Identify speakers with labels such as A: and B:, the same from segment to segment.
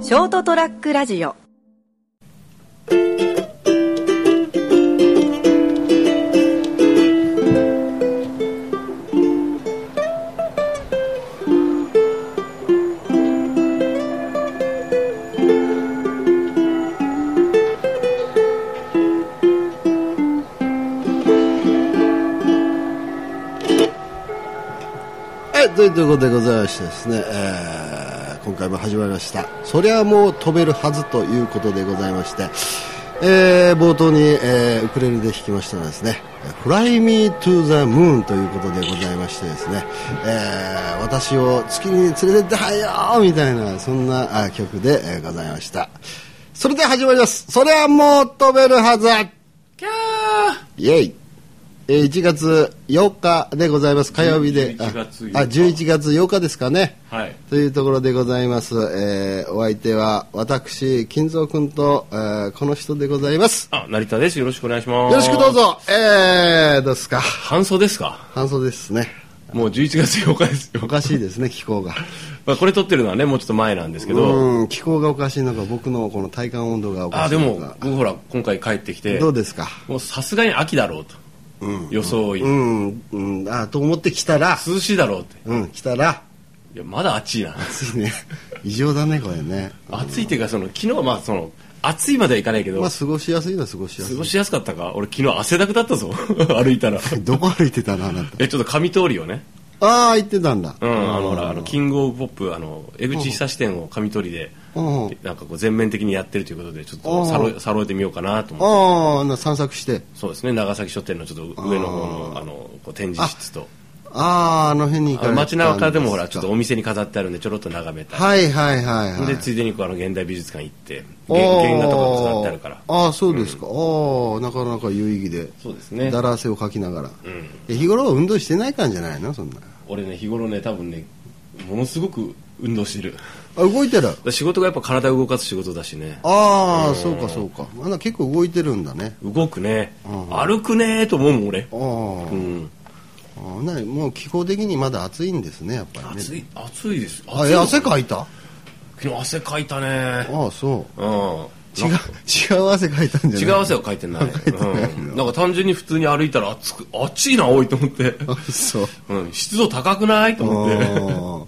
A: ショートトラックラジオ
B: はい、ということでございましてですね、えー今回も始まりました、そりゃもう飛べるはずということでございまして、えー冒頭に、えーウクレレで弾きましたのはですね、Fly Me to the Moon ということでございましてですね、えー私を月に連れてってはよーみたいな、そんなあ曲で、えーございました。それでは始まります。そりゃもう飛べるはず
C: キャー
B: イェイ、えー1月8日でございます火曜日で
C: 11月8日
B: ああ11月8日ですかね
C: はい
B: というところでございます、えーお相手は私金蔵君と、えーこの人でございます
C: あ成田ですよろしくお願いします
B: よろしくどうぞえー、どうですか
C: 半袖ですか
B: 半袖ですね
C: もう11月8日ですよ
B: おかしい ですね気候が
C: まあこれ撮ってるのはねもうちょっと前なんですけど
B: うん気候がおかしいのか僕のこの体感温度がおかし
C: あ
B: い
C: で
B: の
C: も
B: か
C: 僕ほら今回帰ってきて
B: どうですか
C: もうさすがに秋だろうと装い
B: うん、うん、あと思って来たら
C: 涼しいだろうって
B: うん来たら
C: いやまだ暑いな
B: ついね異常だねこれね
C: 暑いっていうかその昨日はまあその暑いまではいかないけど
B: まあ過ごしやすいのは過ごしやす
C: 過
B: い
C: ごしやすかったか俺昨日汗だくだったぞ 歩いたら
B: どこ歩いてたのあなた
C: えちょっと紙通りをね
B: ああ行ってたんだ
C: うんあのほらあのキングオブポップあの江口久志店を紙取りで
B: うんうん
C: なんかこう全面的にやってるということでちょっ
B: う
C: と
B: ん
C: さろさろえてみようかなと思っ
B: あ
C: て
B: あな散策して
C: そうですね長崎書店のちょっと上の方のあのこう展示室と
B: あああの辺に行か
C: あ
B: れ
C: の
B: た
C: 街中でもほらちょっとお
B: っ
C: 店に飾ってあるんでちょろっと眺めたり
B: はいはいはいはい
C: でついでにこうあの現代美術館行って
B: お
C: 原
B: ー
C: 原画とかも飾ってあるから
B: ああそうですか、ああなかなか有意義で
C: そうですね
B: だら汗をかきながら、え日頃は運動してないからじゃないのそんな
C: 俺ね日頃ね多分ねものすごく運動してる
B: あ動いてる
C: 仕事がやっぱ体を動かす仕事だしね
B: ああそうかそうかまだ結構動いてるんだね
C: 動くね
B: うん
C: 歩くねと思うもん俺
B: ああ、
C: うん
B: あーなにもう気候的にまだ暑いんですねやっぱりね
C: 暑い暑いです
B: あ
C: 暑い
B: え
C: の
B: 汗かいた
C: 昨日汗かいたね
B: ああそう
C: うん
B: 違う違う汗かいたんじゃ
C: 違
B: ないう
C: 汗はかいてない。うん。なんか単純に普通に歩いたら暑く、暑いな、多いと思って。
B: あそう
C: うん。湿度高くないと 思って。
B: あー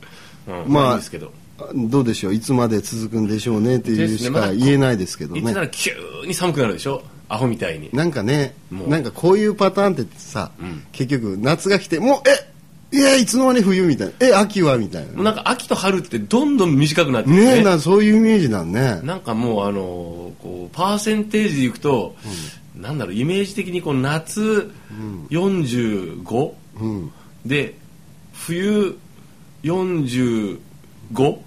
C: うん。まあ、いいですけど。
B: どうでしょういつまで続くんでしょうねっていうしか言えないですけど
C: いつな
B: ね
C: ら急に寒くなるでしょアホみたいに。
B: なんかね
C: もう
B: なんかこういうパターンってさ、結局夏が来てもうえいやいつの間に冬みたいなえ秋はみたいな
C: もうなんか秋と春ってどんどん短くなってくる
B: ねえなそういうイメージなんね
C: なんかもうあのこうパーセンテージでいくと、なんだろうイメージ的にこう夏45、で冬45、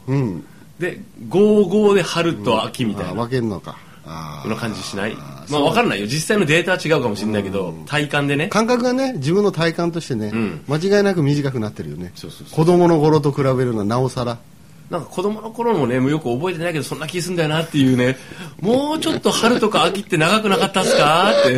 B: うん
C: で55で春と秋みた
B: あ
C: いな、
B: 分けるのかあ
C: こんな
B: ー
C: 感じしない
B: あー
C: まあ分からないよ実際のデータは違うかもしれないけど、体感でね
B: 感覚がね自分の体感としてね、
C: ん
B: 間違いなく短くなってるよね
C: そうそうそ
B: 子
C: う
B: 供の頃と比べるのはなおさら
C: なんか子供の頃もねもうよく覚えてないけどそんな気すんだよなっていうねもうちょっと春とか秋って長くなかったっすかって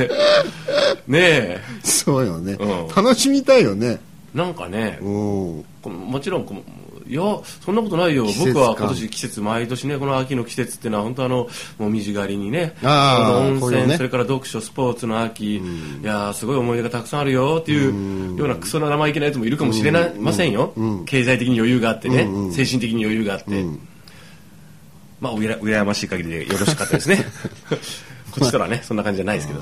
C: ねえ
B: そうよね、
C: うん
B: 楽しみたいよね
C: なんかね、
B: うん
C: このもちろんこのいやそんなことないよ
B: 季節感
C: 僕は今年季節毎年ねこの秋の季節っていうのは本当あのもみじ狩りにね
B: あー
C: この温
B: こうい
C: 泉
B: うね
C: それから読書スポーツの秋、いやーすごい思い出がたくさんあるよっていうようなクソな生意気なやつもいるかもしれな、いませんよ、経済的に余裕があってね、精神的に余裕があって、まあうら羨ましい限りでよろしかったです ねこっちからはねそんな感じじゃないですけど、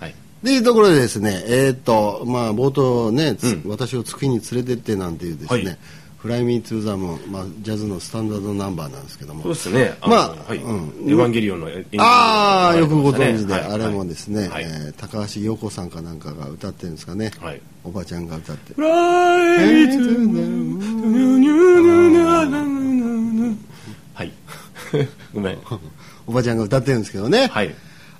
C: はい、
B: でいうところでですね、えーっと、まあ、冒頭ね、つ私を月に連れてってなんていうですね、
C: はい
B: フライミーツーザム、まあ、ジャズのスタンダードナンバーなんですけども。
C: そうですねの
B: まあ
C: はい
B: うん
C: エヴァンゲリオンの演奏
B: ああ、
C: が
B: よくご
C: あり
B: 存
C: まし
B: 知
C: た
B: で、
C: ねはい
B: あれもですね、
C: はい
B: えー高橋洋子さんかなんかが歌ってるんですかね、
C: はい
B: おばちゃんが歌って。
C: はい。 ごめん。
B: おばちゃんが歌ってるんですけどね。
C: はい。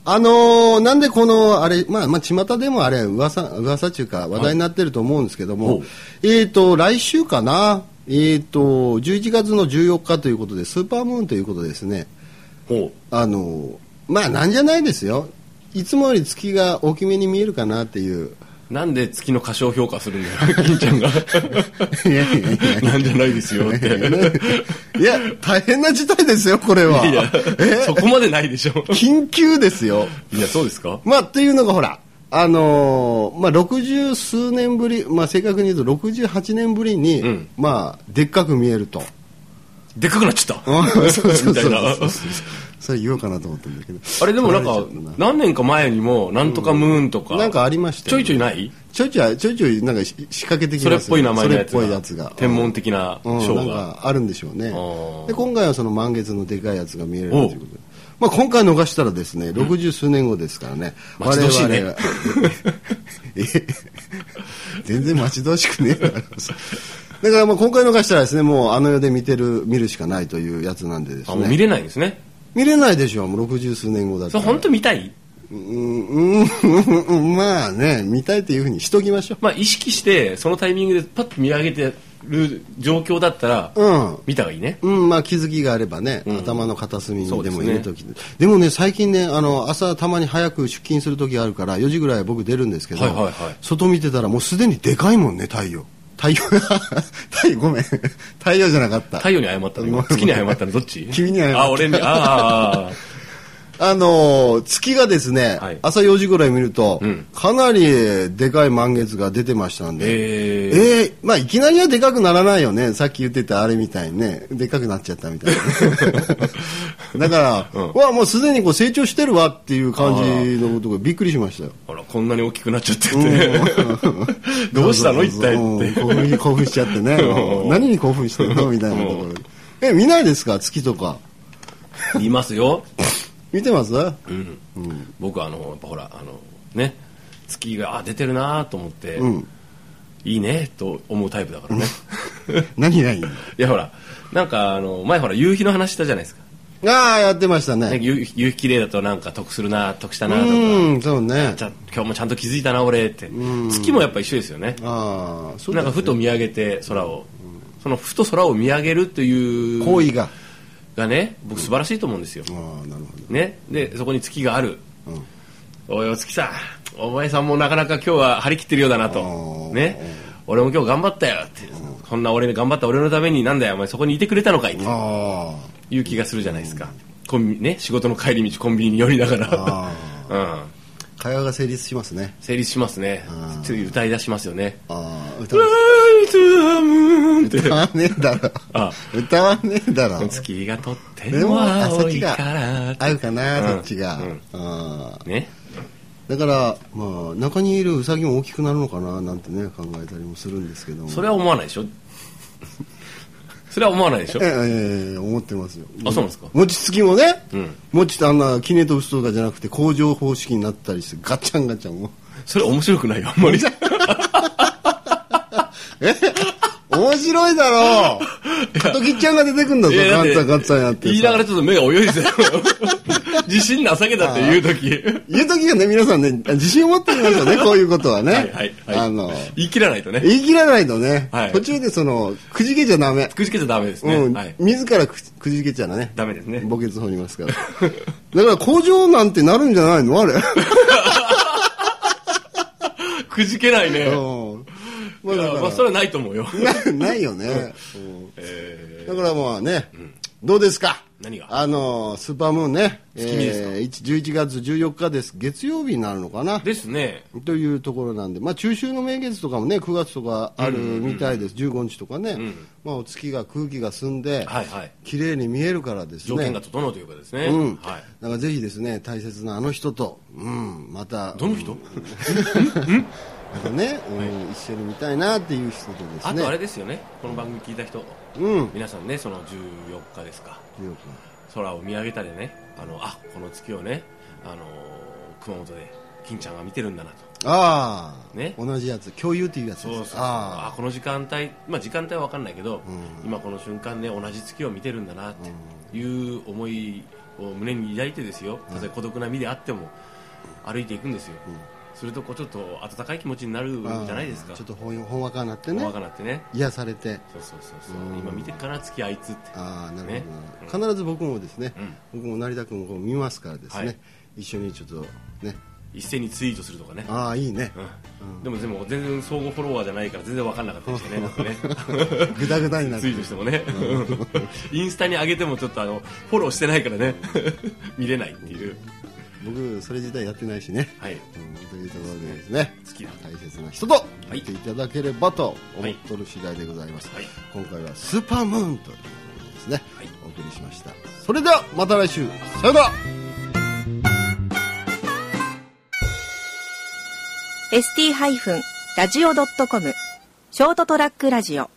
B: あのーなんでこの、あれ、まあ、まあ、巷でもあれ、噂、噂中か話題になってると思うんですけども、
C: ほう
B: えっ、と、来週かな、えっ、と、11月の14日ということで、スーパームーンということですね、
C: お
B: あのーまあ、なんじゃないですよ。いつもより月が大きめに見えるかなっていう、
C: なんで月の過小評価するんだ よ、金ちゃんが。
B: いやいやいや
C: なんじゃないですよ って。
B: いや、大変な事態ですよ、これは。
C: いや
B: え、
C: そこまでないでしょ。
B: 緊急ですよ。
C: いや、そうですか
B: まあ、っていうのがほら、あのーまあ、60数年ぶり、まあ、正確に言うと68年ぶりに、
C: うん
B: まあ、でっかく見える と。
C: でっかくなっちゃっ
B: うんそうそうそ
C: た。
B: う
C: みたいな。
B: それ言おうかなと思ったんだけど。
C: あれでもなん
B: 取られ
C: か
B: ちゃった、
C: 何年か前にも、なんとかムーンとか、
B: なんかありました
C: ちょ
B: よ
C: いちょいない
B: ちょいちょい、ちょいちょい、なんかし仕掛けてき
C: そ
B: ま
C: れっ
B: すよ
C: ぽい名前のやつ
B: それっぽいやつが。
C: 天文的な
B: うん、
C: 賞
B: なん
C: が。
B: かあるんでしょうね
C: ー
B: で今回はその満月のでかいやつが見えるということで、まあ、今回逃したらですね60数年後ですからね、
C: 待ち遠しいね
B: が え全然待ち遠しくねえだろだからまあ今回逃したらですねもうあの世で見てる見るしかないというやつなんでで
C: あ、
B: す
C: もう見
B: ね
C: れないんですね。
B: 見れないでしょうもう60数年後だった
C: それ
B: ら
C: 本当見たい
B: うんうんうんうんまあね見たいっていうふうにしときましょ
C: まあ意識して、そのタイミングでパッと見上げてる状況だったら
B: う、うん
C: 見た方がいいね。
B: うんまあ、気づきがあればね、
C: ん
B: 頭の片隅
C: そ
B: に
C: う
B: で
C: です
B: も
C: ね
B: いるとき、でもね、最近ね、あの朝、たまに早く出勤するときあるから、4時ぐらい僕、出るんですけど、
C: はいはいはい
B: 外見てたら、もうすでにでかいもんね、太陽、太陽 が、太陽、ごめん、太陽じゃなかった、
C: 太陽に謝ったの今月に謝ったのどっち
B: 君に謝った
C: あ、俺に、あーあー、あー
B: あのー月がですね、
C: はい
B: 朝4時ぐらい見ると、
C: うん
B: かなりでかい満月が出てましたんで。
C: えー
B: えーまあ、いきなりはでかくならないよね、さっき言ってたあれみたいにね、でかくなっちゃったみたい な。だから、
C: うん
B: わあもうすでにこう成長してるわっていう感じのことがびっくりしましたよ。
C: ほら、こんなに大きくなっちゃってて。どうしたの一体
B: うん
C: って。
B: 興奮興奮しちゃってね、
C: うん
B: 何に興奮してるのみたいなところで。え、見ないですか、月とか。
C: いま すよ。
B: 見てますあ
C: うん僕はあの、やっぱほら、あの、ね、月が、あ、出てるなと思って、
B: うん
C: いいねと思うタイプだ からね。
B: 何何
C: いやほら、なんかあの、前ほら、夕日の話したじゃないですか。
B: ああ、やってました
C: なん
B: ね。
C: か夕日夕日綺麗だとなんか得するな、得したなとか、
B: うん、そうね
C: じ。ゃあ今日もちゃんと気づいたな、俺って。月もやっぱ一緒ですよね。
B: ああ、そう
C: な
B: だ
C: んかふと見上げて空を、そのふと空を見上げるという
B: 行為が。
C: がね僕素晴らしいと思うんですよ、
B: ああ、なるほど。
C: ね、でそこに月がある、
B: うん
C: おいお月さんお前さんもなかなか今日は張り切ってるようだなと
B: ー
C: ね俺も今日頑張ったよってこんな俺に頑張った俺のためになんだよお前そこにいてくれたのかいって
B: ああ。
C: いう気がするじゃないですかコンビニね仕事の帰り道コンビニに寄りながら、 うん、
B: 会話が成立しますね。
C: 成立しますね
B: あー
C: つい歌い出しますよね
B: ああ、
C: 「
B: 歌わ
C: Fly to the moon」って
B: 歌わねえだろ。
C: あ
B: 歌わねえだろ。
C: 月がとって
B: で
C: も
B: も、あそ
C: 青
B: っち
C: い
B: が
C: から
B: 合うか
C: うん
B: な、そっちが
C: うん。
B: ああ
C: ね
B: だから、まあ、中にいるウサギも大きくなるのかな、なんてね、考えたりもするんですけども。
C: それは思わないでしょ それは思わないでしょ
B: ええええ、思ってますよ。
C: あそうなんですか
B: 餅つきもね
C: うん、
B: 餅ってあんな、キネと薄とかじゃなくて、工場方式になったりして、ガチャンガチャンもう。
C: それ面白くないよあ んまり
B: え面白いだろうカトキちゃんが出てくんだぞ、
C: いや
B: ガ
C: だって
B: ッツァンガッツァンやってさ。
C: 言いながらちょっと目が泳いでたよ 自信なさげだって言う時
B: 言うときはね、皆さんね、自信を持っていきましょう ね、こういうことはね。
C: はいはいはい
B: あの、
C: 言い切らないとね
B: 言い切らないとね、
C: はい
B: 途中でその、くじけちゃダメ。
C: くじけちゃダメですね、
B: うん、
C: はい
B: 自らくくじけちゃだね。
C: ダメですね
B: 墓穴掘りますから。だから工場なんてなるんじゃないのあれ。
C: くじけないね
B: うんまあ
C: い
B: だ
C: や
B: か
C: まあそれはないと思うよ、
B: ら、な ないよね。うん
C: え
B: だからまあね、どうですか
C: 何が
B: あの、スーパームーンね、
C: 月見ですか
B: えーいち11月14日です。月曜日になるのかな
C: ー、 ですね
B: というところなんで、まあ、中秋の名月とかもね9月とかあるみたいです、15日とかね、まあ、お月が空気が澄んで、
C: はいはい
B: 綺麗に見えるからですね
C: 条件が整うというかですね、
B: うん
C: はい
B: だからぜひですね大切なあの人と、うん、また
C: どの人、
B: またね、うん一緒に見たいなっていう人とです
C: あ
B: ね
C: とあれですよねこの番組聞いた人、
B: うん
C: 皆さんねその14日ですか
B: というか
C: 空を見上げたりねあのあこの月をねあの熊本で金ちゃんが見てるんだなと
B: ああ、
C: ね
B: 同じやつ共有っていうやつです
C: あ
B: あ
C: この時間帯、まあ、時間帯は分かんないけど、今この瞬間ね同じ月を見てるんだなっていう思いを胸に抱いてですよたとえ孤独な身であっても歩いていくんですよ、するとこうちょっと温かい気持ちになるんじ
B: あ
C: ゃないですか
B: ちょっとほんほんわかになって
C: お
B: ね
C: 若なってね
B: 癒されて
C: そうそうそうそう今見てっから月あいつって
B: ああなるほど、
C: ね
B: 必ず僕もですね、僕も成田君もこう見ますからですね、
C: はい
B: 一緒にちょっとね
C: 一斉にツイートするとかね、
B: ああいいね、
C: うんでもでも全然総合フォロワーじゃないから全然分かんなかったですよね なんかね
B: ぐだぐだになる
C: ツイートしてもね、 インスタに上げてもちょっとあのフォローしてないからね 見れないっていう、
B: 僕それ自体やってないしね、
C: はい、
B: うん、というところでですね
C: 好きな
B: 大切な人と
C: い
B: 見ていただければと思っとる次第でございます、
C: はい
B: 今回は「スーパームーン」ということでですね、
C: はい
B: お送りしましたそれではまた来週さよなら
A: ST-radio.com ショートトラックラジオ